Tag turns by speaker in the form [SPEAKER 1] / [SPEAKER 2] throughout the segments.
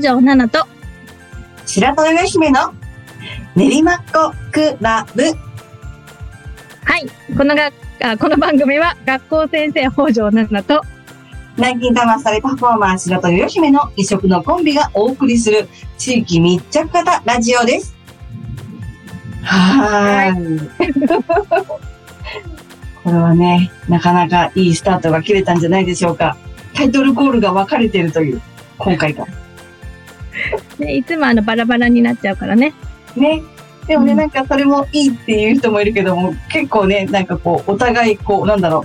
[SPEAKER 1] 城奈々と
[SPEAKER 2] 白鳥の姫の練馬っ子クラブ。
[SPEAKER 1] はいこのがあこの番組は学校先生北条奈々と
[SPEAKER 2] 南京魂されパフォーマー白鳥よしめの異色のコンビがお送りする地域密着型ラジオです。はーい。これはね、なかなかいいスタートが切れたんじゃないでしょうか。タイトルコールが分かれてるという、今回が。
[SPEAKER 1] ねいつもあのバラバラになっちゃうからね
[SPEAKER 2] ね。でもね、
[SPEAKER 1] うん
[SPEAKER 2] なんかそれもいいっていう人もいるけども、結構ね、なんかこう、お互いこう、なんだろう。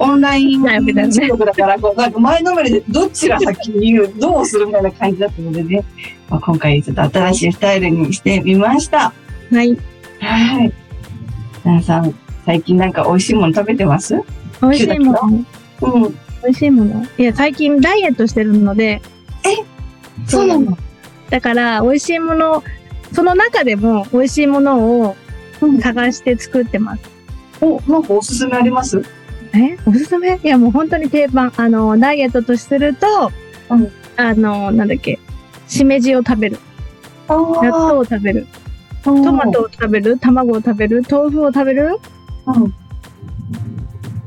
[SPEAKER 2] オンライン
[SPEAKER 1] だよね
[SPEAKER 2] 中国だから、こう、なんか前のめりでどちら先に言う、どうするみたいな感じだったのでね、まあ、今回ちょっと新しいスタイルにしてみました。
[SPEAKER 1] はい
[SPEAKER 2] はい。皆さん、最近なんか美味しいもの食べてますうん。
[SPEAKER 1] 美味しいもの
[SPEAKER 2] そ
[SPEAKER 1] 美味しいものいや最近ダイエットしてるのでそうな
[SPEAKER 2] の
[SPEAKER 1] だから美味しいものその中でも美味しいものを
[SPEAKER 2] うん
[SPEAKER 1] 探して作ってます
[SPEAKER 2] お、なんかおすすめあります
[SPEAKER 1] えおすすめいやもう本当に定番あのダイエットとすると、
[SPEAKER 2] うん
[SPEAKER 1] あのなんだっけしめじを食べる
[SPEAKER 2] あ
[SPEAKER 1] 納豆を食べる
[SPEAKER 2] ト
[SPEAKER 1] トマトを食べる卵を食べる豆腐を食べる
[SPEAKER 2] うん。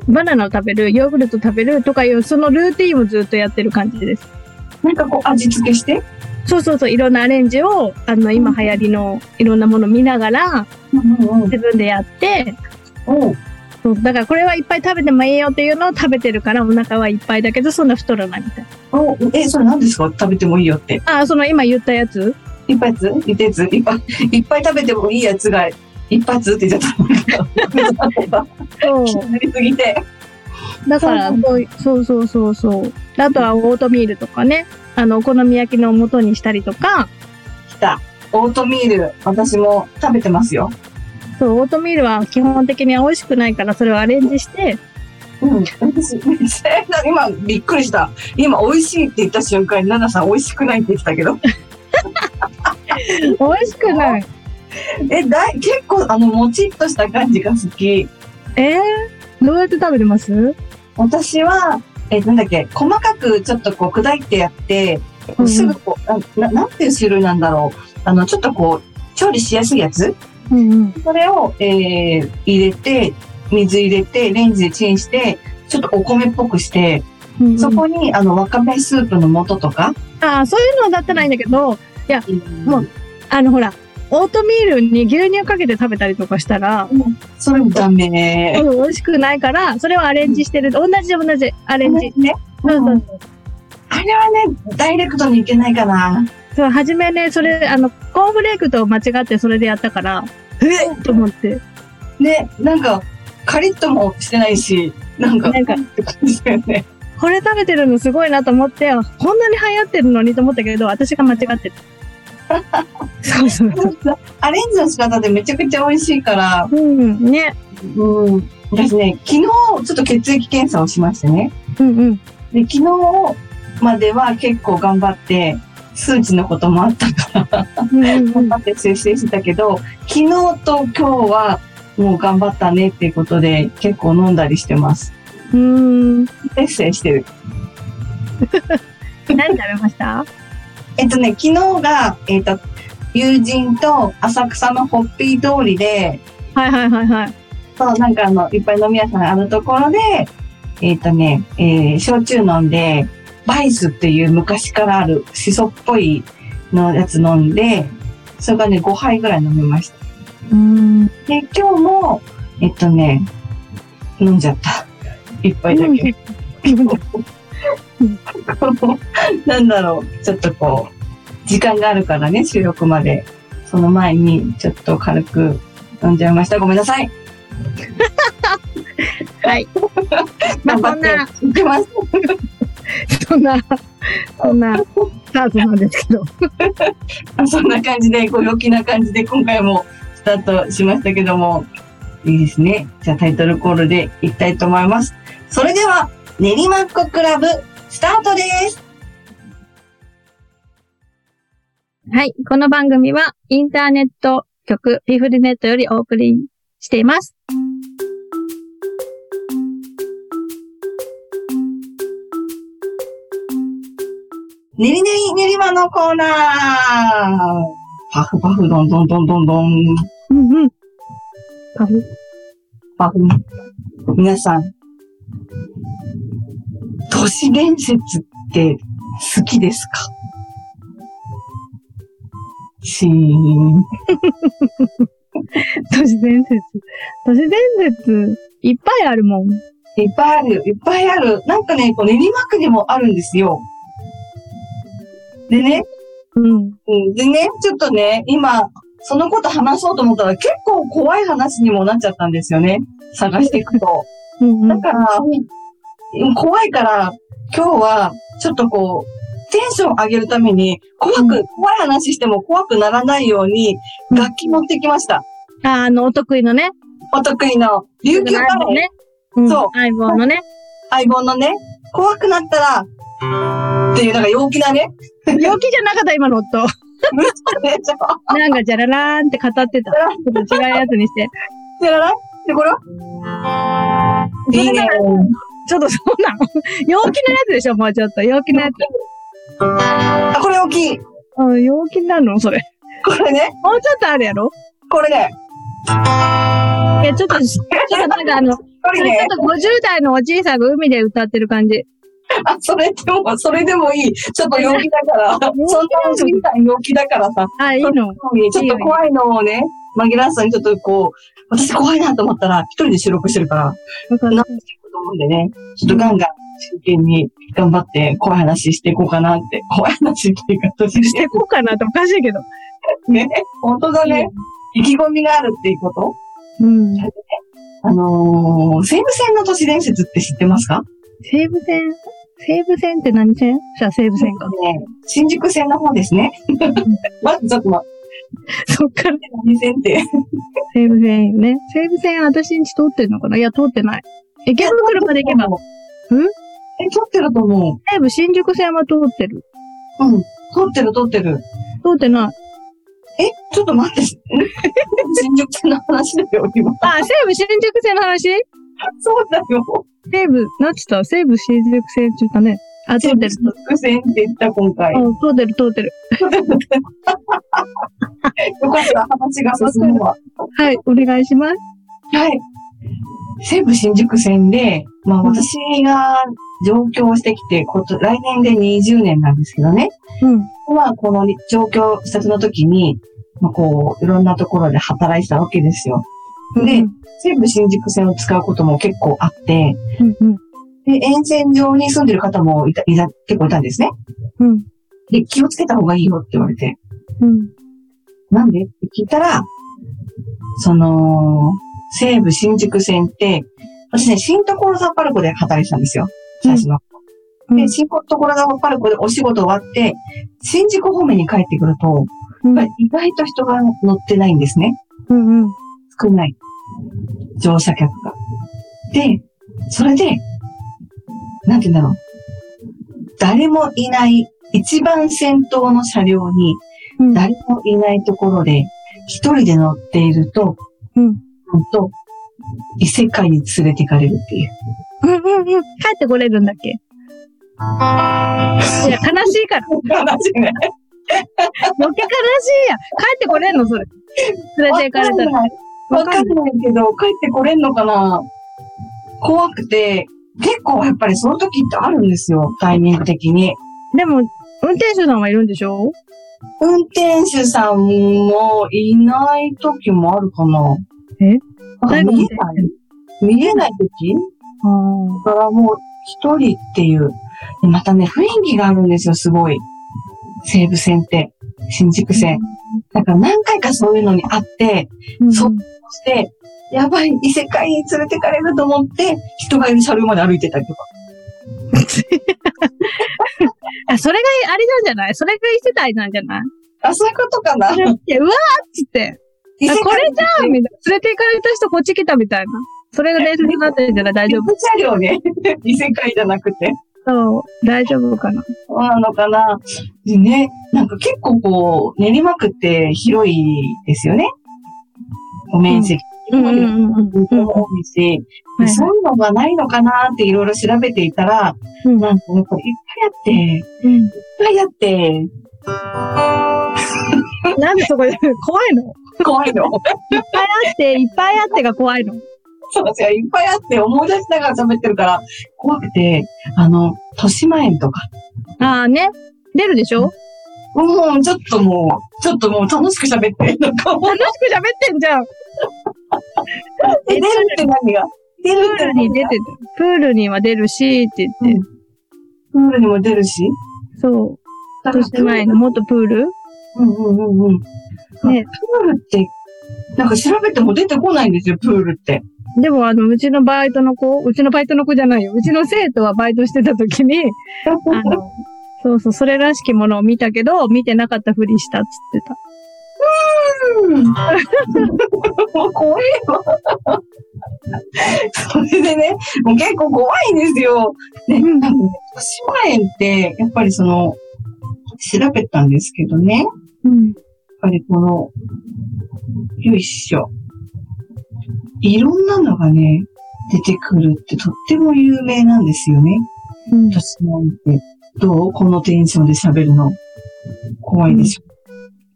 [SPEAKER 1] バナナを食べるヨーグルト食べるとかいうそのルーティンをずっとやってる感じです
[SPEAKER 2] なんかこう味付けして
[SPEAKER 1] そうそうそういろんなアレンジをあの今流行りのいろんなもの見ながら
[SPEAKER 2] うんうんうん。
[SPEAKER 1] 自分でやって
[SPEAKER 2] お
[SPEAKER 1] そうだからこれはいっぱい食べてもいいよっていうのを食べてるからお腹はいっぱいだけどそんな太らないみたいな
[SPEAKER 2] お、え、それ何ですか食べてもいいよって。
[SPEAKER 1] あーその今言ったやつ
[SPEAKER 2] 一発一ついっぱいいっぱい食べてもいいやつが一発って言っちゃった。
[SPEAKER 1] そう
[SPEAKER 2] 気になりすぎて。
[SPEAKER 1] だからそうそうそうそうそうあとはオートミールとかねあのお好み焼きの素にしたりとか
[SPEAKER 2] きた。オートミール、私も食べてますよ。
[SPEAKER 1] そうオートミールは基本的には美味しくないからそれをアレンジして
[SPEAKER 2] うん。私、今、びっくりした。今、美味しいって言った瞬間に、ナナさん、美味しくないって言ってたけど。
[SPEAKER 1] 美味しくない
[SPEAKER 2] え、だい、結構、あの、もちっとした感じが好き。
[SPEAKER 1] えー、どうやって食べてます
[SPEAKER 2] 私は、え、なんだっけ、細かくちょっとこう砕いてやって、
[SPEAKER 1] うん
[SPEAKER 2] すぐこう、なななんていう種類なんだろう。あの、ちょっとこう、調理しやすいやつ
[SPEAKER 1] うんうん
[SPEAKER 2] それを、えー入れて、水入れて、レンジでチンして、ちょっとお米っぽくして、
[SPEAKER 1] うんうん
[SPEAKER 2] そこに、あの、わかめスープの素とか、
[SPEAKER 1] あーそういうのだったらいいんだけど
[SPEAKER 2] も
[SPEAKER 1] も
[SPEAKER 2] う
[SPEAKER 1] う、あのほらオートミールに牛乳かけて食べたりとかしたら、
[SPEAKER 2] それもダメ。
[SPEAKER 1] うん、美味しくないからそれをアレンジしてる同じ同じアレンジ、
[SPEAKER 2] ね。
[SPEAKER 1] そううんそううん
[SPEAKER 2] あれはね、ダイレクトにいけないかな。
[SPEAKER 1] そう初めねそれあのコーンフレークと間違ってそれでやったからえっと思って
[SPEAKER 2] ね、なんか、カリッともしてないし、なんか、
[SPEAKER 1] なん か
[SPEAKER 2] って感じだよね。
[SPEAKER 1] これ食べてるのすごいなと思ってこんなに流行ってるのにと思ったけど私が間違ってる そうそうそう
[SPEAKER 2] アレンジの仕方でめちゃくちゃ美味しいから、
[SPEAKER 1] うんね
[SPEAKER 2] うん、私ね、昨日ちょっと血液検査をしましてね。
[SPEAKER 1] うん うん
[SPEAKER 2] で、昨日までは結構頑張って、数値のこともあったから、
[SPEAKER 1] うんうんう
[SPEAKER 2] 頑
[SPEAKER 1] ん
[SPEAKER 2] 張って生成してたけど、昨日と今日はもう頑張ったねっていうことで結構飲んだりしてます。
[SPEAKER 1] うん
[SPEAKER 2] エッセイしてる。
[SPEAKER 1] 何食べました
[SPEAKER 2] えっとね、昨日が、えっと、友人と浅草のホッピー通りで、
[SPEAKER 1] はいはいはいはい
[SPEAKER 2] そう、なんかあの、いっぱい飲み屋さんあるところで、えっ、とね、えー焼酎飲んで、バイスっていう昔からあるシソっぽいのやつ飲んで、それがね、5杯ぐらい飲みました。
[SPEAKER 1] うん
[SPEAKER 2] で、今日も、えっ、とね、飲んじゃった。一杯だけ。なんだろう、ちょっとこう、時間があるからね、収録まで。その前に、ちょっと軽く飲んじゃいました。ごめんなさい。
[SPEAKER 1] はい。まあ
[SPEAKER 2] 頑張
[SPEAKER 1] そ
[SPEAKER 2] っ
[SPEAKER 1] んな、
[SPEAKER 2] て行きます。
[SPEAKER 1] そんな、そんなスタートなんですけど。
[SPEAKER 2] まあ そんな感じで、ご陽気な感じで今回もスタートしましたけども、いいですね。じゃあタイトルコールでいきたいと思います。それでは、練馬っ子クラブ、スタートです。
[SPEAKER 1] はい。この番組はインターネット局ピフルネットよりお送りしています。
[SPEAKER 2] ねりねりねりまのコーナーパフパフどんどんどんどんどん。
[SPEAKER 1] うんうん。パフ。
[SPEAKER 2] パフ。皆さん、都市伝説って好きですかシーン。
[SPEAKER 1] 都市伝説。都市伝説、いっぱいあるもん。
[SPEAKER 2] いっぱいあるよ。いっぱいある。なんかね、こう練馬区にもあるんですよ。でね、
[SPEAKER 1] うん。
[SPEAKER 2] うんでね、ちょっとね、今、そのこと話そうと思ったら結構怖い話にもなっちゃったんですよね。探していくと。
[SPEAKER 1] うんう
[SPEAKER 2] だ
[SPEAKER 1] ん。
[SPEAKER 2] から、うん怖いから、今日は、ちょっとこう、テンション上げるために、怖く、
[SPEAKER 1] う
[SPEAKER 2] 怖い話しても怖くならないように、
[SPEAKER 1] うん
[SPEAKER 2] 楽器持ってきました。
[SPEAKER 1] ああの、お得意のね。
[SPEAKER 2] お得意の、琉球バレエ、
[SPEAKER 1] ね。うん、
[SPEAKER 2] そう
[SPEAKER 1] 相棒の ね。
[SPEAKER 2] 相棒のね、怖くなったら、っていう、なんか陽気なね、
[SPEAKER 1] 病気じゃなかった、今の夫。
[SPEAKER 2] でしょ
[SPEAKER 1] なんか、じゃららーんって語ってた。ちょっと違うやつにして。
[SPEAKER 2] やらないで、これは
[SPEAKER 1] それならちょっとそうなの陽気なやつでしょもうちょっと。陽気なやつ。
[SPEAKER 2] あ、これ大きい。
[SPEAKER 1] うん、陽気なのそれ。
[SPEAKER 2] これね、
[SPEAKER 1] もうちょっとあるやろ
[SPEAKER 2] これね、
[SPEAKER 1] いや、ちょっと、ちょっとなんかあの、ち
[SPEAKER 2] これ
[SPEAKER 1] ょ
[SPEAKER 2] ね
[SPEAKER 1] っ、と50代のおじいさんが海で歌ってる感じ。
[SPEAKER 2] あ、それでも、それでもいい。ちょっと陽気だから、そん
[SPEAKER 1] 陽気なの
[SPEAKER 2] なおじいさん陽気だからさ、
[SPEAKER 1] あ、いいの。
[SPEAKER 2] ちょっと怖いのをね、紛らわすのにちょっとこう、私怖いなと思ったら、一人で収録してるから、
[SPEAKER 1] わか
[SPEAKER 2] なんと思うんでね、ちょっとガンガン真剣に頑張って怖い話していこうかなって、怖い話っていうか、年
[SPEAKER 1] し
[SPEAKER 2] して
[SPEAKER 1] てこうかなっておかしいけど。
[SPEAKER 2] ね、本当だね、意気込みがあるっていうこと
[SPEAKER 1] うん。
[SPEAKER 2] あのー、西武線の都市伝説って知ってますか
[SPEAKER 1] 西武線西武線って何線じゃあ西武線か。
[SPEAKER 2] ね、新宿線の方ですね。 まずちょっと待っ て、
[SPEAKER 1] そっから
[SPEAKER 2] 何線って。
[SPEAKER 1] 西武線よね。西武線私んち通ってんのかないや、通ってない。池袋まで行けば、
[SPEAKER 2] うんえ、撮ってると思う。
[SPEAKER 1] 西武新宿線は通ってる。
[SPEAKER 2] うん。撮ってる撮ってる。
[SPEAKER 1] 通ってない。
[SPEAKER 2] え、ちょっと待って。新宿線の話だよ、今。
[SPEAKER 1] あ、西武新宿線の話
[SPEAKER 2] そうだよ。
[SPEAKER 1] 西武、なんつった西武新宿線中だね。あ、通ってる。
[SPEAKER 2] 新宿線って言った、今回。よ
[SPEAKER 1] うん、通ってる、通ってる。
[SPEAKER 2] かった、話が進むわ。
[SPEAKER 1] はい、お願いします。
[SPEAKER 2] はい。西武新宿線で、まあ
[SPEAKER 1] うん
[SPEAKER 2] 私が上京してきて、こと来年で20年なんですけどね。
[SPEAKER 1] うん。
[SPEAKER 2] まあこの上京したての時に、まあこう、いろんなところで働いてたわけですよ。で、西武新宿線を使うことも結構あって、
[SPEAKER 1] うん、うん、
[SPEAKER 2] で、沿線上に住んでる方もいた、いた、結構いたんですね。
[SPEAKER 1] うん、
[SPEAKER 2] で、気をつけた方がいいよって言われて、
[SPEAKER 1] うん。
[SPEAKER 2] なんでって聞いたら、その、西武新宿線って、私ね、新所沢パルコで働いてたんですよ。最初
[SPEAKER 1] う
[SPEAKER 2] の。
[SPEAKER 1] ん
[SPEAKER 2] で、新所沢パルコでお仕事終わって、新宿方面に帰ってくると、
[SPEAKER 1] う
[SPEAKER 2] やっ
[SPEAKER 1] ん
[SPEAKER 2] ぱり意外と人が乗ってないんですね。
[SPEAKER 1] うん、うん。
[SPEAKER 2] 少ない。乗車客が。で、それで、なんて言うんだろう。誰もいない、一番先頭の車両に、
[SPEAKER 1] うん
[SPEAKER 2] 誰もいないところで、一人で乗っていると、
[SPEAKER 1] うん
[SPEAKER 2] ほんと、異世界に連れて行かれるっていう。
[SPEAKER 1] うん、うん、うん。帰ってこれるんだっ けいや、悲しいから。
[SPEAKER 2] 話ね。
[SPEAKER 1] 余計悲しいやん。帰ってこれんのそれ。連れて行かれたら。
[SPEAKER 2] わかんないけど、帰ってこれんのかな怖くて、結構やっぱりその時ってあるんですよ、タイミング的に。
[SPEAKER 1] でも、運転手さんはいるんでしょ
[SPEAKER 2] 運転手さんもいない時もあるかな。
[SPEAKER 1] え
[SPEAKER 2] あ
[SPEAKER 1] 誰が
[SPEAKER 2] 見
[SPEAKER 1] 運
[SPEAKER 2] え
[SPEAKER 1] 転
[SPEAKER 2] ない見えない時
[SPEAKER 1] ああ。
[SPEAKER 2] だからもう一人っていう。でまたね、雰囲気があるんですよ、すごい。西武線って。新宿線。だから何回かそういうのにあって、
[SPEAKER 1] うん。
[SPEAKER 2] そうそして、やばい、異世界に連れてかれると思って、人がいる車両まで歩いてたりとか。
[SPEAKER 1] あ、それがあれなんじゃないそれが異世界なんじゃない
[SPEAKER 2] あ、そういうことかな。
[SPEAKER 1] いやうわーっつって。
[SPEAKER 2] 異
[SPEAKER 1] あ
[SPEAKER 2] 世
[SPEAKER 1] これ
[SPEAKER 2] 界
[SPEAKER 1] じゃんみたいな。連れて行かれた人こっち来たみたいな。それが伝説になってるんじゃない大丈夫。
[SPEAKER 2] 別車両ね。 異世界じゃなくて。
[SPEAKER 1] そう。大丈夫かな。
[SPEAKER 2] そうなのかな。でね、なんか結構こう、練馬区って広いですよね。お面積日本でも
[SPEAKER 1] うんうんうんうん
[SPEAKER 2] 多いし、
[SPEAKER 1] うん
[SPEAKER 2] そういうのがないのかなっていろいろ調べていたら、
[SPEAKER 1] うん
[SPEAKER 2] なんかもういっぱいあって、いっ
[SPEAKER 1] うん
[SPEAKER 2] ぱいあって、
[SPEAKER 1] なんでそこで怖いのいっ
[SPEAKER 2] 怖いの。
[SPEAKER 1] ぱいあって、いっぱいあってが怖いの。
[SPEAKER 2] そうですよ。いっぱいあって思い出しながら喋ってるから、怖くて、あの、豊島園とか、
[SPEAKER 1] ああね。出るでしょ
[SPEAKER 2] うん、ちょっともう、ちょっともう楽しく喋ってるのかも。
[SPEAKER 1] 楽しく喋ってんじゃん。
[SPEAKER 2] 出るって何が出る
[SPEAKER 1] プ
[SPEAKER 2] っ
[SPEAKER 1] ー
[SPEAKER 2] て
[SPEAKER 1] ルに
[SPEAKER 2] 何
[SPEAKER 1] 出
[SPEAKER 2] が
[SPEAKER 1] てた。プールには出るし、って言って。
[SPEAKER 2] プールにも出るし。
[SPEAKER 1] そう。
[SPEAKER 2] だから
[SPEAKER 1] 豊島園の元プール
[SPEAKER 2] うんうんうんうん。
[SPEAKER 1] ね
[SPEAKER 2] プールって、なんか調べても出てこないんですよ、プールって。
[SPEAKER 1] でも、あの、うちのバイトの子、うちのバイトの子じゃないよ。うちの生徒はバイトしてた時に、あの、そうそう、それらしきものを見たけど、見てなかったふりしたっつってた。
[SPEAKER 2] うん。もう怖いわ。それでね、もう結構怖いんですよ。ね、
[SPEAKER 1] うん
[SPEAKER 2] なんかね、福島園って、やっぱりその、調べたんですけどね、やっ
[SPEAKER 1] うん。
[SPEAKER 2] ぱりこの、よいしょ。いろんなのがね、出てくるってとっても有名なんですよね。
[SPEAKER 1] うん
[SPEAKER 2] 豊島園って。どうこのテンションで喋るの。怖いでしょ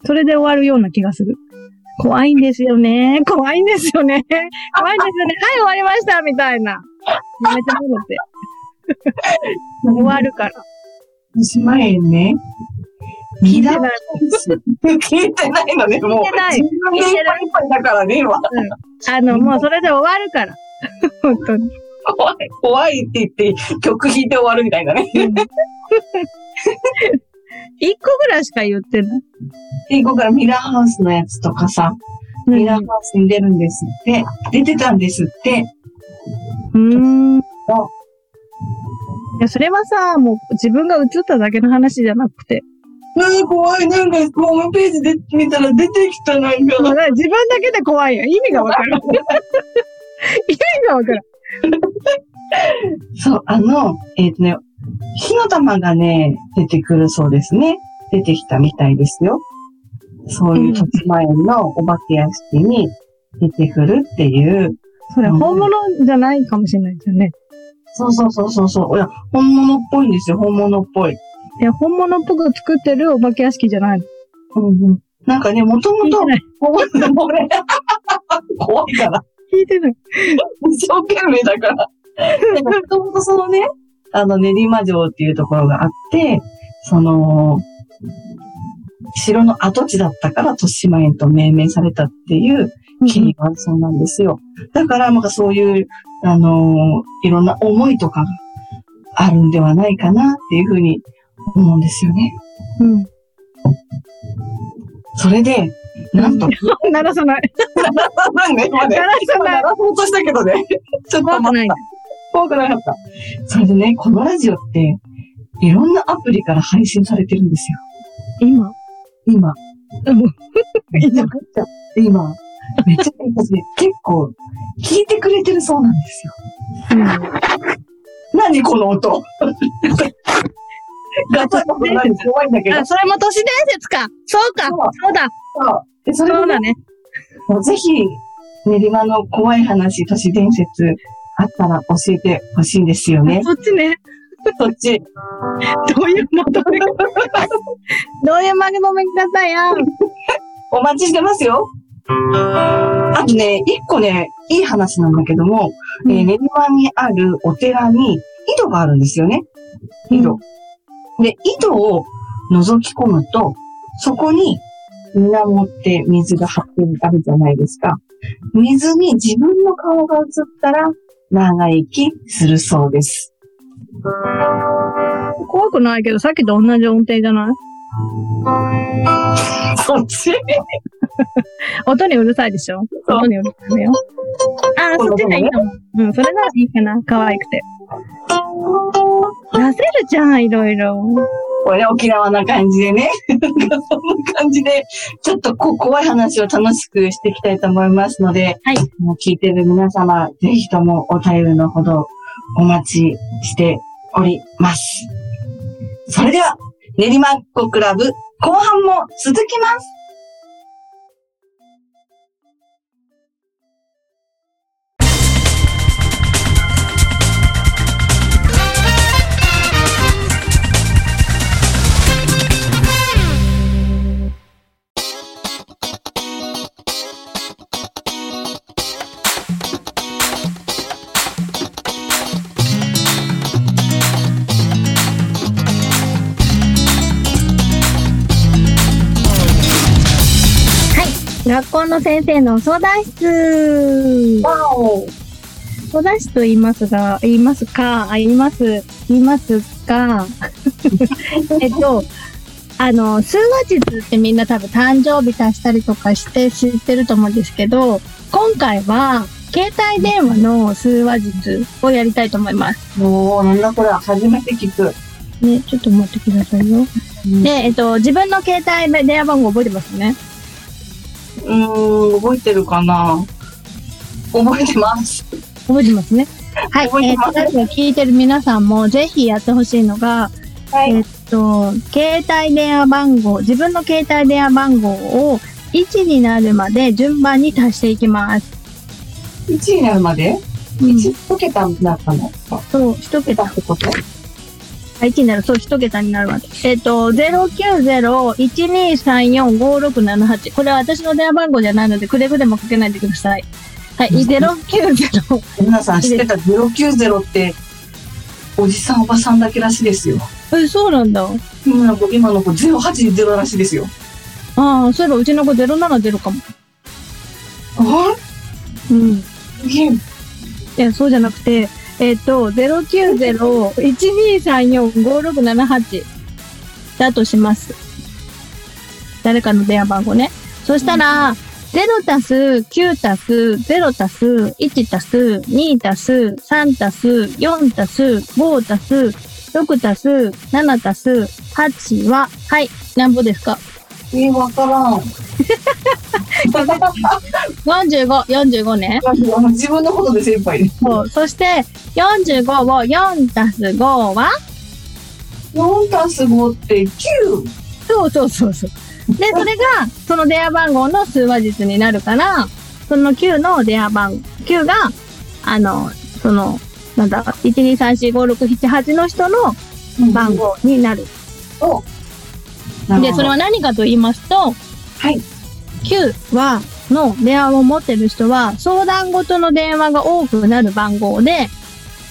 [SPEAKER 1] それで終わるような気がする。怖いんですよね。怖いんですよね。 怖いんですよね。はい、終わりましたみたいな。やめてもろって。終わるから。
[SPEAKER 2] 島園ね。
[SPEAKER 1] 聞
[SPEAKER 2] 聞
[SPEAKER 1] い
[SPEAKER 2] い
[SPEAKER 1] て
[SPEAKER 2] て
[SPEAKER 1] な
[SPEAKER 2] ないい。聞いてないのね、もう。
[SPEAKER 1] 聞いてない
[SPEAKER 2] 自分でいっぱいいっぱいだからね、今。
[SPEAKER 1] あの、もうそれで終わるから。 本当に。
[SPEAKER 2] 怖い、怖いって言って、曲弾いて終わるみたいなね。
[SPEAKER 1] うん 一個ぐらいしか言ってない。
[SPEAKER 2] 英語からミラーハウスのやつとかさ、ミラーハウスに出るんですって、出てたんですって、
[SPEAKER 1] うーん。いや、それはさ、もう自分が映っただけの話じゃなくて、
[SPEAKER 2] えー、怖い、なんかホームページで見たら出てきた、なん
[SPEAKER 1] もう
[SPEAKER 2] か。
[SPEAKER 1] だから自分だけで怖いよ。意味がわ からん。意味がわからん。
[SPEAKER 2] そう、あの、えっ、とね、火の玉がね、出てくるそうですね。出てきたみたいですよ。そういう
[SPEAKER 1] うん
[SPEAKER 2] とつま園のお化け屋敷に出てくるっていう。
[SPEAKER 1] それ
[SPEAKER 2] うん
[SPEAKER 1] 本物じゃないかもしれないですよね。
[SPEAKER 2] そうそうそうそうそう。いや、本物っぽいんですよ、本物っぽい。
[SPEAKER 1] いや、本物っぽく作ってるお化け屋敷じゃないの。
[SPEAKER 2] うんうん。なんかね、もとも
[SPEAKER 1] 聞い
[SPEAKER 2] と
[SPEAKER 1] て、ない。
[SPEAKER 2] これ怖いから。
[SPEAKER 1] 聞いてない。
[SPEAKER 2] 一生懸命だから。もともとそのね、あの、練馬城っていうところがあって、その、城の跡地だったから、豊島園と命名されたっていう経緯があるそうなんですよ。だから、なんかそういう、あのーいろんな思いとかがあるんではないかなっていうふうに思うんですよね。
[SPEAKER 1] うん。
[SPEAKER 2] それで、なんと、
[SPEAKER 1] 鳴らさない。
[SPEAKER 2] なんで今
[SPEAKER 1] 鳴らさ
[SPEAKER 2] 今
[SPEAKER 1] ない。
[SPEAKER 2] 鳴らそうとしたけどね。 ちょっと
[SPEAKER 1] 怖く
[SPEAKER 2] 待
[SPEAKER 1] な
[SPEAKER 2] っ
[SPEAKER 1] い
[SPEAKER 2] た。怖くなかった。それでね、このラジオって、いろんなアプリから配信されてるんですよ。
[SPEAKER 1] 今。
[SPEAKER 2] 今。
[SPEAKER 1] うん
[SPEAKER 2] めちゃくちゃ。今。めちゃくちゃ、結構、聞いてくれてるそうなんですよ。何この音 ガチャガチャなんて怖いんだけど
[SPEAKER 1] あ、。それも都市伝説か。そうか。
[SPEAKER 2] そう
[SPEAKER 1] そうだ。
[SPEAKER 2] でそれ
[SPEAKER 1] そ
[SPEAKER 2] も
[SPEAKER 1] う
[SPEAKER 2] ね
[SPEAKER 1] だね。
[SPEAKER 2] もうぜひ、練馬の怖い話、都市伝説、あったら教えてほしいんですよね。
[SPEAKER 1] そっちね。
[SPEAKER 2] そっち。
[SPEAKER 1] どういうまとめどういうまとめくださいよ。
[SPEAKER 2] お待ちしてますよ。あとね、一個ね、いい話なんだけども、えー練馬にあるお寺に井戸があるんですよね。井戸。で、井戸を覗き込むと、そこに源って水が張ってあるじゃないですか。水に自分の顔が映ったら長生きするそうです。
[SPEAKER 1] 怖くないけど、さっきと同じ音程じゃない
[SPEAKER 2] そっち
[SPEAKER 1] 音にうるさいでしょ
[SPEAKER 2] そう
[SPEAKER 1] 音にうるさいのよ。あー、そっちがいいと思う。うん、それならいいかな。可愛くて。出せるじゃん、いろいろ。
[SPEAKER 2] これね沖縄な感じでね。 なんかそんな感じで、ちょっとこう怖い話を楽しくしていきたいと思いますので、
[SPEAKER 1] はい
[SPEAKER 2] もう聞いてる皆様、ぜひともお便りのほどお待ちしております。それでは、練馬っ子クラブ、後半も続きます。
[SPEAKER 1] 学校の先生の相談室。
[SPEAKER 2] わお。
[SPEAKER 1] 相談室と言いますが、言いますか、あ、言います、言いますか、えっと、あの、数月ってみんな多分誕生日足したりとかして知ってると思うんですけど、今回は、携帯電話の数話術をやりたいと思います。
[SPEAKER 2] もう、なんだこれ、初めて聞く。
[SPEAKER 1] ね、ちょっと待ってくださいよ。で、えっと、自分の携帯で電話番号覚えてますね。
[SPEAKER 2] うん、覚えてるかな覚えてます。
[SPEAKER 1] 覚えてますね。はい。
[SPEAKER 2] 覚え
[SPEAKER 1] え
[SPEAKER 2] て
[SPEAKER 1] っと、
[SPEAKER 2] ます
[SPEAKER 1] ラジオ聞いてる皆さんもぜひやってほしいのが、
[SPEAKER 2] は
[SPEAKER 1] えっと、携帯電話番号、自分の携帯電話番号を1になるまで順番に足していきます。
[SPEAKER 2] 1位になるまで、
[SPEAKER 1] うん、
[SPEAKER 2] 一1桁になったのあ
[SPEAKER 1] そう、一桁。
[SPEAKER 2] だってこと
[SPEAKER 1] あ1になる。そう、一桁になるまで。えっと、090-1234-5678。これは私の電話番号じゃないので、くれぐれもかけないでください。はい。090。
[SPEAKER 2] 皆さん知ってた090って、おじさんおばさんだけらしいですよ。
[SPEAKER 1] え、そうなんだ。
[SPEAKER 2] 今の子、今の子080らしいですよ。
[SPEAKER 1] ああ、そういえばうちの子070かも。
[SPEAKER 2] あ
[SPEAKER 1] うん。
[SPEAKER 2] すげえ。
[SPEAKER 1] いや、そうじゃなくて、えっ、と、090-1234-5678だとします。誰かの電話番号ね。そしたら、0たす9たす0たす1たす2たす3たす4たす5たす6たす7たす8は、はい、なんぼですか
[SPEAKER 2] えー、わからん。
[SPEAKER 1] ?45、45ね。
[SPEAKER 2] 自分のことで精一杯です。
[SPEAKER 1] そう。そして、45を4たす5は
[SPEAKER 2] 4たす5って9。
[SPEAKER 1] そうそうそうそう。で、それが、その電話番号の数話術になるから、その9の電話番号、9が、あの、その、なんだ、1234567の人の番号になる。
[SPEAKER 2] なるほど。
[SPEAKER 1] で、それは何かと言いますと、
[SPEAKER 2] はい。
[SPEAKER 1] 9は、の電話を持ってる人は、相談ごとの電話が多くなる番号で、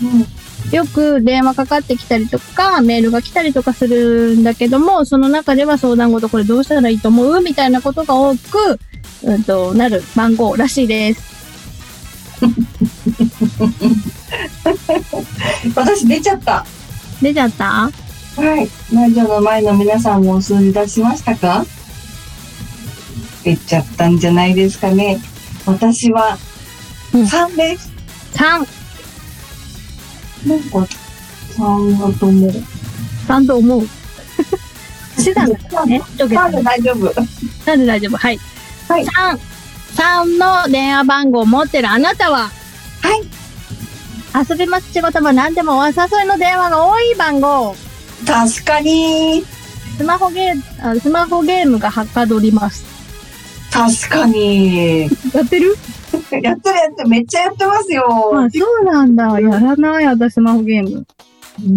[SPEAKER 2] うん
[SPEAKER 1] よく電話かかってきたりとか、メールが来たりとかするんだけども、その中では相談事これどうしたらいいと思うみたいなことが多く、うんと、なる番号らしいです。
[SPEAKER 2] 私出ちゃった。
[SPEAKER 1] 出ちゃった
[SPEAKER 2] はい。ラジオの前の皆さんも数字出しましたか出ちゃったんじゃないですかね。私は
[SPEAKER 1] うん
[SPEAKER 2] 3です。
[SPEAKER 1] ?3。
[SPEAKER 2] なんか3だと思う。
[SPEAKER 1] 3と思う。手段だからね。一桁
[SPEAKER 2] まだ大丈夫。
[SPEAKER 1] なんで大丈夫はい。
[SPEAKER 2] はい
[SPEAKER 1] 3。3の電話番号を持ってるあなたは
[SPEAKER 2] はい。
[SPEAKER 1] 遊びます仕事も何でもお誘いの電話が多い番号。
[SPEAKER 2] 確かに。
[SPEAKER 1] スマホゲーあ、スマホゲームがはかどります。
[SPEAKER 2] 確かに。
[SPEAKER 1] やってる
[SPEAKER 2] やってるやってる。めっちゃやってますよ。
[SPEAKER 1] あ、そうなんだ。やらない、私、スマホゲーム。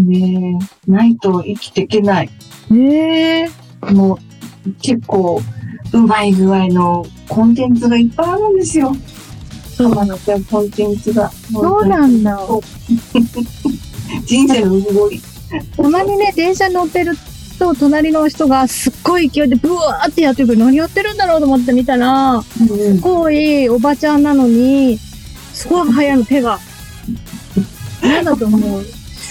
[SPEAKER 2] ねえないと生きていけない。
[SPEAKER 1] ええ
[SPEAKER 2] もう結構うまい具合のコンテンツがいっぱいあるんですよ。
[SPEAKER 1] そうなの。
[SPEAKER 2] じゃあコンテンツが。
[SPEAKER 1] そうなんだ。
[SPEAKER 2] 人生の動き。
[SPEAKER 1] たまにね、電車乗ってると、隣の人がすっごい勢いでブワーってやってるから、何やってるんだろうと思って見たら、す
[SPEAKER 2] うん
[SPEAKER 1] ごいおばちゃんなのに、すごい早いの、手が。なんだと思う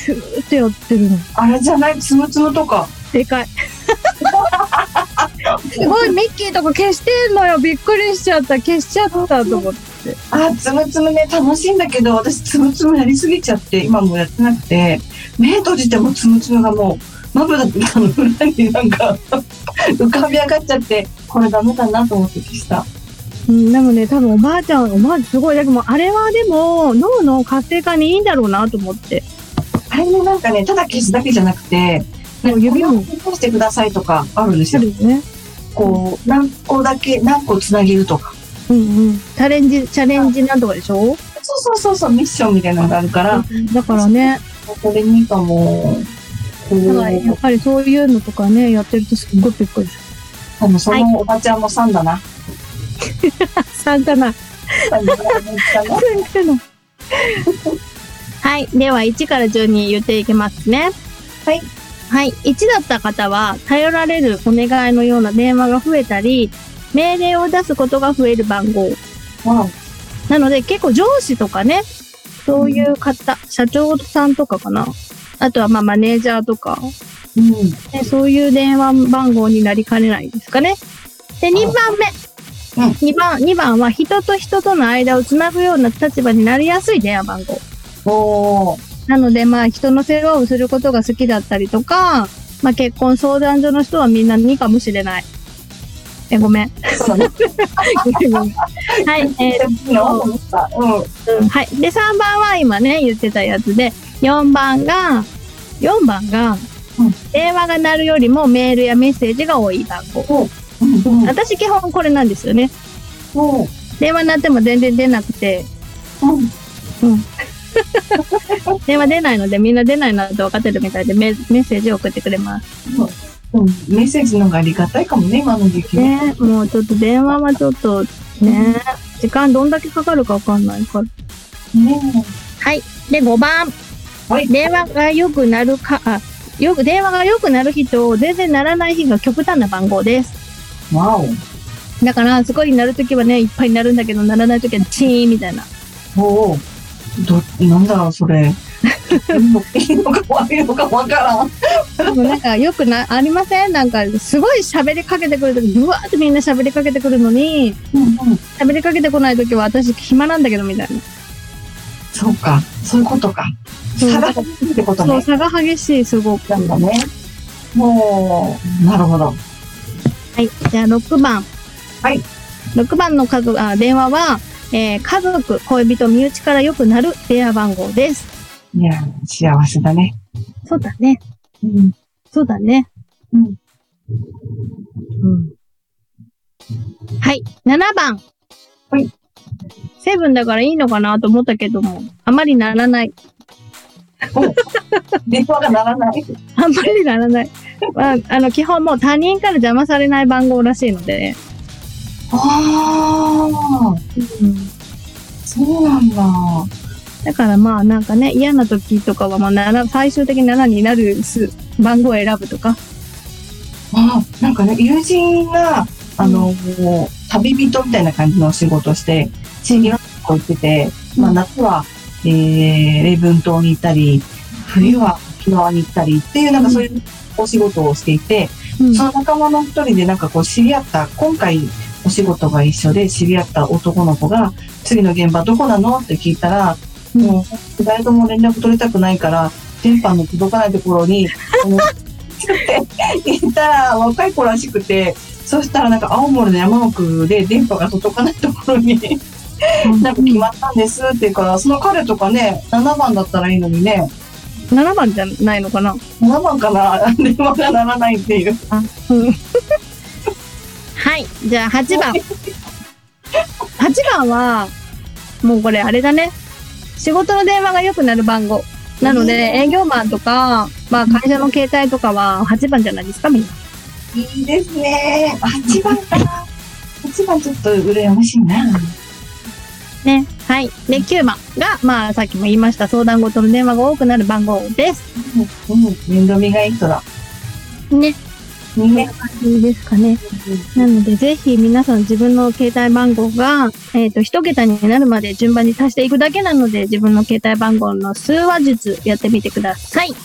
[SPEAKER 1] シューってやってるの。
[SPEAKER 2] あれじゃない、つむつむとか。
[SPEAKER 1] で かい。すごいミッキーとか消してんのよ。びっくりしちゃった。消しちゃったと思って。
[SPEAKER 2] あ、つむつむね、楽しいんだけど、私つむつむやりすぎちゃって、今もうやってなくて、目閉じてもつむつむがもう、まぶたの裏になんか、 浮かび上がっちゃって、これダメだなと思って消した。
[SPEAKER 1] うん、でもね、多分おばあちゃん、おばあちゃんすごい。だけどもう、あれはでも、脳の活性化にいいんだろうなと思って。
[SPEAKER 2] あれね、なんかね、ただ消すだけじゃなくて、
[SPEAKER 1] もう指
[SPEAKER 2] 指を
[SPEAKER 1] も
[SPEAKER 2] 動かしてくださいとかあるんです
[SPEAKER 1] あ
[SPEAKER 2] よ
[SPEAKER 1] る。よね。
[SPEAKER 2] こう、何個だけ、何個つなげるとか。
[SPEAKER 1] うんうん。チャレンジ、チャレンジなんとかでしょ、
[SPEAKER 2] そうそうそうそう、ミッションみたいなのがあるから、
[SPEAKER 1] だからね、
[SPEAKER 2] これにかも、こ
[SPEAKER 1] だからや
[SPEAKER 2] う、
[SPEAKER 1] っぱりそういうのとかね、やってるとすっごいびっくりす
[SPEAKER 2] 多分そのおばちゃんも3だな。
[SPEAKER 1] る。3かな。そう言ってんの。 はい。では、1から順に言っていきますね。
[SPEAKER 2] はい。
[SPEAKER 1] はい。1だった方は、頼られるお願いのような電話が増えたり、命令を出すことが増える番号。
[SPEAKER 2] うん。
[SPEAKER 1] なので結構上司とかね、そういう方、社長さんとかかな。あとはまあマネージャーとか、
[SPEAKER 2] うん。
[SPEAKER 1] ね、そういう電話番号になりかねないですかね。で、2番目。
[SPEAKER 2] うん
[SPEAKER 1] 2番、2番は人と人との間をつなぐような立場になりやすい電話番号。
[SPEAKER 2] おー。
[SPEAKER 1] なのでまあ人の世話をすることが好きだったりとか、まあ結婚相談所の人はみんな2かもしれない。え、ご めん。
[SPEAKER 2] そうだね。
[SPEAKER 1] はい、えー
[SPEAKER 2] いいの思った。うん。
[SPEAKER 1] はい。で、3番は今ね、言ってたやつで、4番が、4番が
[SPEAKER 2] うん、
[SPEAKER 1] 電話が鳴るよりもメールやメッセージが多い番号。
[SPEAKER 2] うんうん。
[SPEAKER 1] 私基本これなんですよね。
[SPEAKER 2] おー。
[SPEAKER 1] 電話鳴っても全然出なくて、
[SPEAKER 2] うん。
[SPEAKER 1] 電話出ないのでみんな出ないなって分かってるみたいでメメッセージを送ってくれます。
[SPEAKER 2] うんメッセージの方がありがたいかもね、今の時期。
[SPEAKER 1] ねもうちょっと電話はちょっとね、時間どんだけかかるか分かんないから。
[SPEAKER 2] ね
[SPEAKER 1] はい。で、5番。
[SPEAKER 2] はい
[SPEAKER 1] 電話がよくなるか、あ、よく、電話がよくなる日と、全然ならない日が極端な番号です。
[SPEAKER 2] え。わお。
[SPEAKER 1] だから、すごいなるときはね、いっぱいになるんだけど、ならないときはチーンみたいな。
[SPEAKER 2] おお。ど、なんだろう、それ。いいのか悪いのかわからん。
[SPEAKER 1] でもなんか、よくな、ありませんなんか、すごい喋りかけてくるとき、ぶわーってみんな喋りかけてくるのに、
[SPEAKER 2] うんうん。
[SPEAKER 1] 喋りかけてこないときは私暇なんだけど、みたいな。
[SPEAKER 2] そうか。そういうことか。
[SPEAKER 1] そう
[SPEAKER 2] 差が激しいってこと
[SPEAKER 1] そう、
[SPEAKER 2] ね。
[SPEAKER 1] 差が激しい、すごく。
[SPEAKER 2] なんだね。もう、なるほど。
[SPEAKER 1] はい。じゃあ、6番。
[SPEAKER 2] はい。
[SPEAKER 1] 6番の家族、あ、電話は、えー家族、恋人、身内からよくなる電話番号です。
[SPEAKER 2] いや、幸せだね。
[SPEAKER 1] そうだね。
[SPEAKER 2] うん。
[SPEAKER 1] そうだね。
[SPEAKER 2] うん。
[SPEAKER 1] はい。7番。
[SPEAKER 2] はい。
[SPEAKER 1] セブンだからいいのかなと思ったけども、あまりならない。
[SPEAKER 2] 電話が鳴らない。
[SPEAKER 1] あんまりならない。 まあ、あの、基本もう他人から邪魔されない番号らしいので。
[SPEAKER 2] ああ、そうなんだ。
[SPEAKER 1] だからまあなんかね、嫌な時とかはまあ7、最終的に7になるす番号を選ぶとか。
[SPEAKER 2] あーなんかね、友人が、あの、もう旅人みたいな感じの仕事をして、地域の学校行ってて、まあ夏は、えー、礼文島に行ったり、冬は沖縄に行ったりっていう、なんかそういうお仕事をしていて、
[SPEAKER 1] うん
[SPEAKER 2] その仲間の一人でなんかこう知り合った、今回お仕事が一緒で知り合った男の子が、次の現場どこなのって聞いたら、もう誰とも連絡取りたくないから、電波の届かないところに、あの って言ったら若い子らしくて、そしたらなんか青森の山奥で電波が届かないところに、なんか決まったんですっていうから、その彼とかね、7番だったらいいのにね、
[SPEAKER 1] 7番じゃないのかな
[SPEAKER 2] 7番かな、 電話が鳴らないっていう。
[SPEAKER 1] はい。じゃあ8番。8番は、もうこれあれだね。仕事の電話が良くなる番号。なので、
[SPEAKER 2] え
[SPEAKER 1] 営業マンとか、まあ会社の携帯とかは8番じゃないですか、みんな。
[SPEAKER 2] いいですね。8番かな。8番ちょっと羨ましいな。
[SPEAKER 1] ね。はい。で、9番が、まあさっきも言いました、相談事の電話が多くなる番号です。
[SPEAKER 2] うん、うん、面倒見がいい人だ。
[SPEAKER 1] ね。
[SPEAKER 2] 人間
[SPEAKER 1] いいですかね。なので、ぜひ皆さん自分の携帯番号が、えっ、と、一桁になるまで順番に足していくだけなので、自分の携帯番号の数話術やってみてください。
[SPEAKER 2] ぜ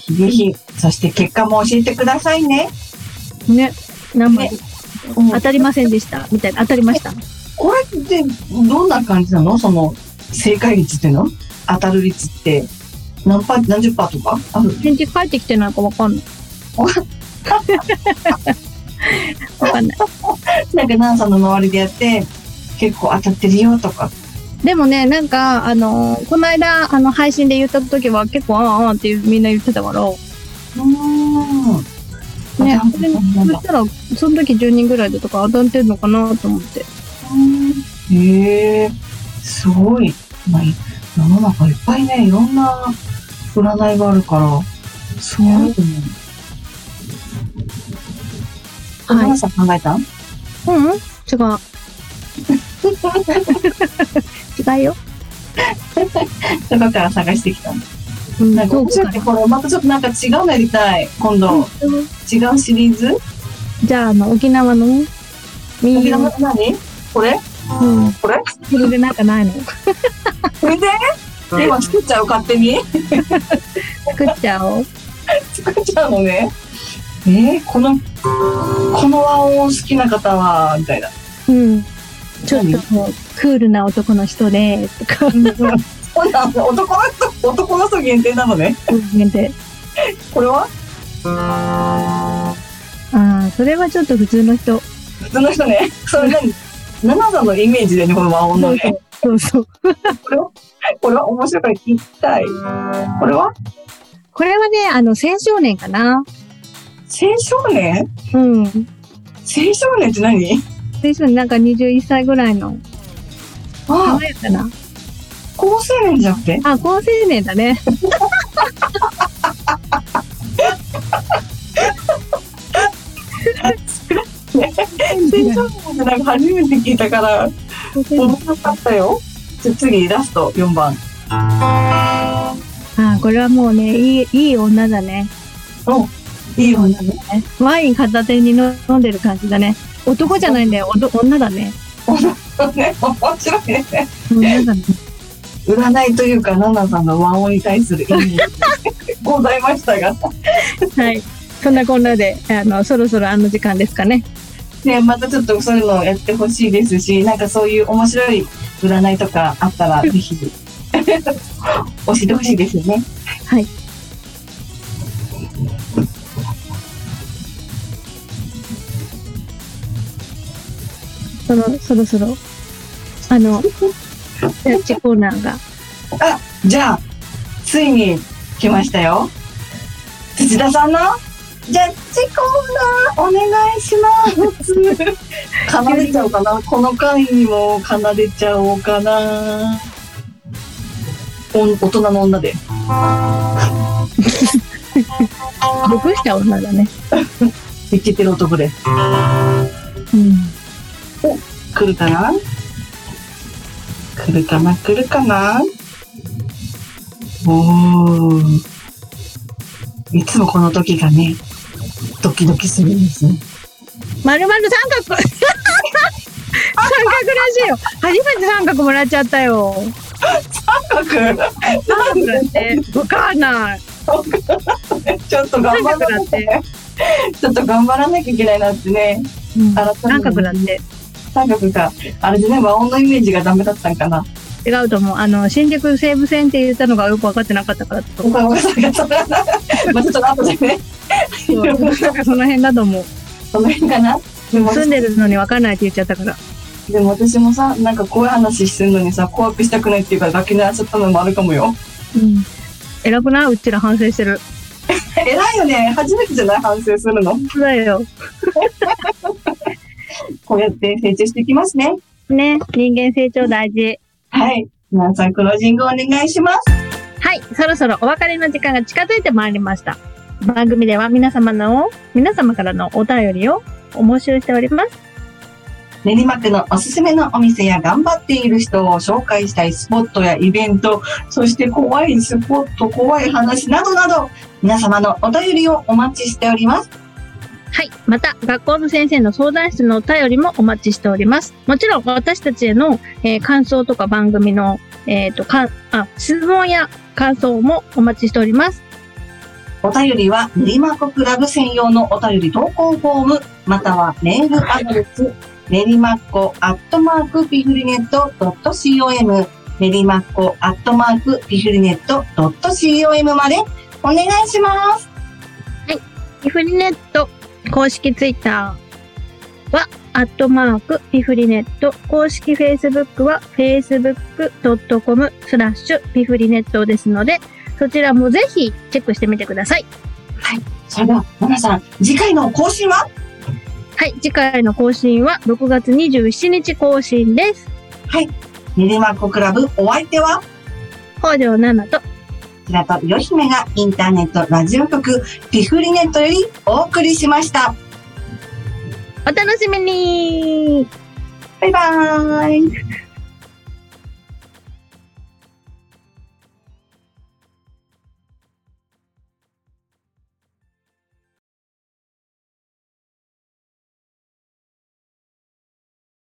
[SPEAKER 2] ひぜひ、そして結果も教えてくださいね。
[SPEAKER 1] ね。何
[SPEAKER 2] ね
[SPEAKER 1] 枚
[SPEAKER 2] うん
[SPEAKER 1] 当たりませんでした。みたいな。当たりました。
[SPEAKER 2] これってどんな感じなのその正解率っていうの当たる率って何パー何十パーとかある
[SPEAKER 1] 返事返ってきてないかわ かんない。
[SPEAKER 2] わ
[SPEAKER 1] わかんない。
[SPEAKER 2] なんかナンさんの周りでやって結構当たってるよとか。
[SPEAKER 1] でもね、なんか、あのーこの間、あの、配信で言った時は結構、あんあんっていうみんな言ってたから、
[SPEAKER 2] うーん。
[SPEAKER 1] ね
[SPEAKER 2] 当たるなん
[SPEAKER 1] そ
[SPEAKER 2] だ
[SPEAKER 1] したら、その時10人ぐらいだとか当たってんのかなと思って。
[SPEAKER 2] うーんへえすごい。まあ、い世の中いっぱいね、いろんな占いがあるから、すごいね。
[SPEAKER 1] はい
[SPEAKER 2] ナンさん考えたん
[SPEAKER 1] うん違 う。違うよ。
[SPEAKER 2] どこから探してきたの
[SPEAKER 1] うん、
[SPEAKER 2] なんか
[SPEAKER 1] どう
[SPEAKER 2] 面白い
[SPEAKER 1] か
[SPEAKER 2] ねこれまたちょっとなんか違うのやりたい今度、
[SPEAKER 1] な。
[SPEAKER 2] 違うシリーズ
[SPEAKER 1] じゃあ、あの、沖縄のね、右
[SPEAKER 2] 扉
[SPEAKER 1] の
[SPEAKER 2] の、何これ
[SPEAKER 1] うん。
[SPEAKER 2] これ
[SPEAKER 1] それでなんかないの
[SPEAKER 2] これで今作っちゃう勝手に
[SPEAKER 1] 作っちゃおう。
[SPEAKER 2] 作っちゃうのね。えー、この、この和音好きな方は、みたいな。
[SPEAKER 1] うん。ちょっ ともう、クールな男の人で、とか、
[SPEAKER 2] そうなの男の人、男の人限定なのね。
[SPEAKER 1] で。
[SPEAKER 2] これは
[SPEAKER 1] ああ、それはちょっと普通の人。
[SPEAKER 2] 普通の人 ね。それ何ナナさんのイメージでね、この和音のね。
[SPEAKER 1] そうそう。
[SPEAKER 2] これは、これは面白いから聞きたい。これは
[SPEAKER 1] これはね、あの、青少年かな。
[SPEAKER 2] 青少年
[SPEAKER 1] うん。青
[SPEAKER 2] 青少年って何
[SPEAKER 1] 少年、なんか21歳ぐらいの、
[SPEAKER 2] あ
[SPEAKER 1] 爽やかな。
[SPEAKER 2] 高青年じゃなくて
[SPEAKER 1] あ、高青年だね。
[SPEAKER 2] 青少年ってなんか初めて聞いたから、面白かったよ。じゃあ次、ラスト4番。
[SPEAKER 1] ああ、これはもうね、いい、いい女だね。
[SPEAKER 2] いいよね。
[SPEAKER 1] ワイン片手に飲んでる感じだね。男じゃないんだよ。おど女だね。
[SPEAKER 2] ね、面白いね。
[SPEAKER 1] 女だね。
[SPEAKER 2] 占いというか、ナナさんの和音に対する意 味ございましたが。
[SPEAKER 1] はい。そんなこんなで、あの、そろそろあの時間ですかね。
[SPEAKER 2] ね、またちょっとそういうのをやってほしいですし、なんかそういう面白い占いとかあったら、ぜ ひ、教えてほしいですよね。
[SPEAKER 1] はい。その、そろそろ、あの、ジャッジコーナーが。
[SPEAKER 2] じゃあ、ついに来ましたよ。土田さんのジャッジコーナーお願いします。 奏でちゃおうかな。この回にも奏でちゃおうかな。おん大人の女で。
[SPEAKER 1] 毒した女だね。
[SPEAKER 2] 生きてる男で。
[SPEAKER 1] うん。
[SPEAKER 2] 来るかな来るかな来るかなおー。いつもこの時がね、ドキドキするんですね。
[SPEAKER 1] まるまる三角 三角らしいよ。初めて三角もらっちゃったよ。
[SPEAKER 2] 三角
[SPEAKER 1] 三角だって。わかんない。
[SPEAKER 2] ちょっと頑張らなきゃちょっと頑張らなきゃいけないなってね。
[SPEAKER 1] うん
[SPEAKER 2] 改めて
[SPEAKER 1] 三角だって。
[SPEAKER 2] 三角が、あれでね、和音のイメージがダメだったんかな。
[SPEAKER 1] 違うと思う。あの、新宿西武線って言ったのがよく分かってなかったからだと 思う
[SPEAKER 2] 岡山さんが、それはなまあちょっと後でね、
[SPEAKER 1] そうなんかその辺だと思う。
[SPEAKER 2] その辺かな。でも
[SPEAKER 1] 住んでるのに分かんないって言っちゃったから。
[SPEAKER 2] でも私もさ、なんか怖い話するのにさ、怖くしたくないっていうから崖にやっちゃったのもあるかもよ。
[SPEAKER 1] うん。偉くないうちら反省してる。
[SPEAKER 2] 偉いよね。初めてじゃない反省するの。
[SPEAKER 1] 本当だよ。
[SPEAKER 2] こうやって成長していきますね。
[SPEAKER 1] ね。人間成長大事。
[SPEAKER 2] はい。皆さん、クロージングお願いします。
[SPEAKER 1] はい。そろそろお別れの時間が近づいてまいりました。番組では皆様の、皆様からのお便りをお募集しております。
[SPEAKER 2] 練馬区のおすすめのお店や頑張っている人を紹介したいスポットやイベント、そして怖いスポット、怖い話などなど、皆様のお便りをお待ちしております。
[SPEAKER 1] はい。また、学校の先生の相談室のお便りもお待ちしております。もちろん、私たちへの、えー感想とか番組の、えっ、と、かん、あ、質問や感想もお待ちしております。
[SPEAKER 2] お便りは練馬区クラブ専用のお便り投稿フォーム、またはメールアドレス、練馬っ子アットマークピフルネット .com、練馬っ子アットマークピフルネット .com までお願いします。
[SPEAKER 1] ピフリネット公式ツイッターは、アットマーク、ピフリネット。公式 Facebook は、facebook.com スラッシュ、ピフリネットですので、そちらもぜひチェックしてみてください。
[SPEAKER 2] それでは、ナナさん、次回の更新は
[SPEAKER 1] はい、次回の更新は6月27日更新です。
[SPEAKER 2] 練馬っ子クラブお相手は
[SPEAKER 1] 北条奈々と、
[SPEAKER 2] 平戸よひめがインターネットラジオ局ピフリネットよりお送りしました。
[SPEAKER 1] お楽しみに
[SPEAKER 2] バイバーイ。